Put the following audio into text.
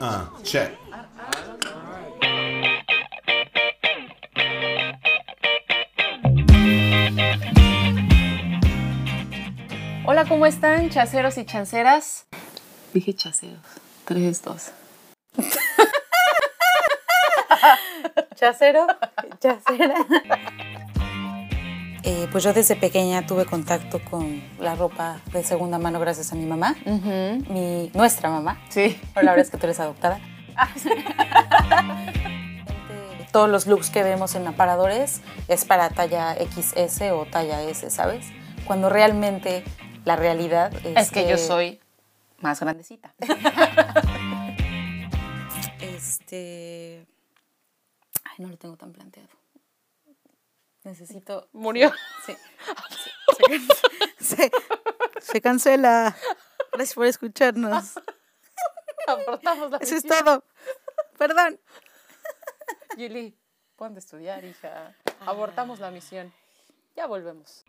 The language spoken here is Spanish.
Uh, check. Hola, ¿cómo están, chaceros y chanceras? Dije chaceros. 3, 2. Chacero, chacera. Eh, pues yo desde pequeña tuve contacto con la ropa de segunda mano gracias a mi mamá, mi, nuestra mamá. Sí. Pero la verdad es que tú eres adoptada. Este, Todos los looks que vemos en aparadores es para talla XS o talla S, ¿sabes? Cuando realmente la realidad es, Es que yo soy más grandecita. Este. Ay, no lo tengo tan planteado. Necesito. Murió. Sí. Se, se- se cancela. Gracias por escucharnos. Aportamos la Eso es todo. Perdón. Ah. Julie, ponte a estudiar, hija. Abortamos la misión. Ya volvemos.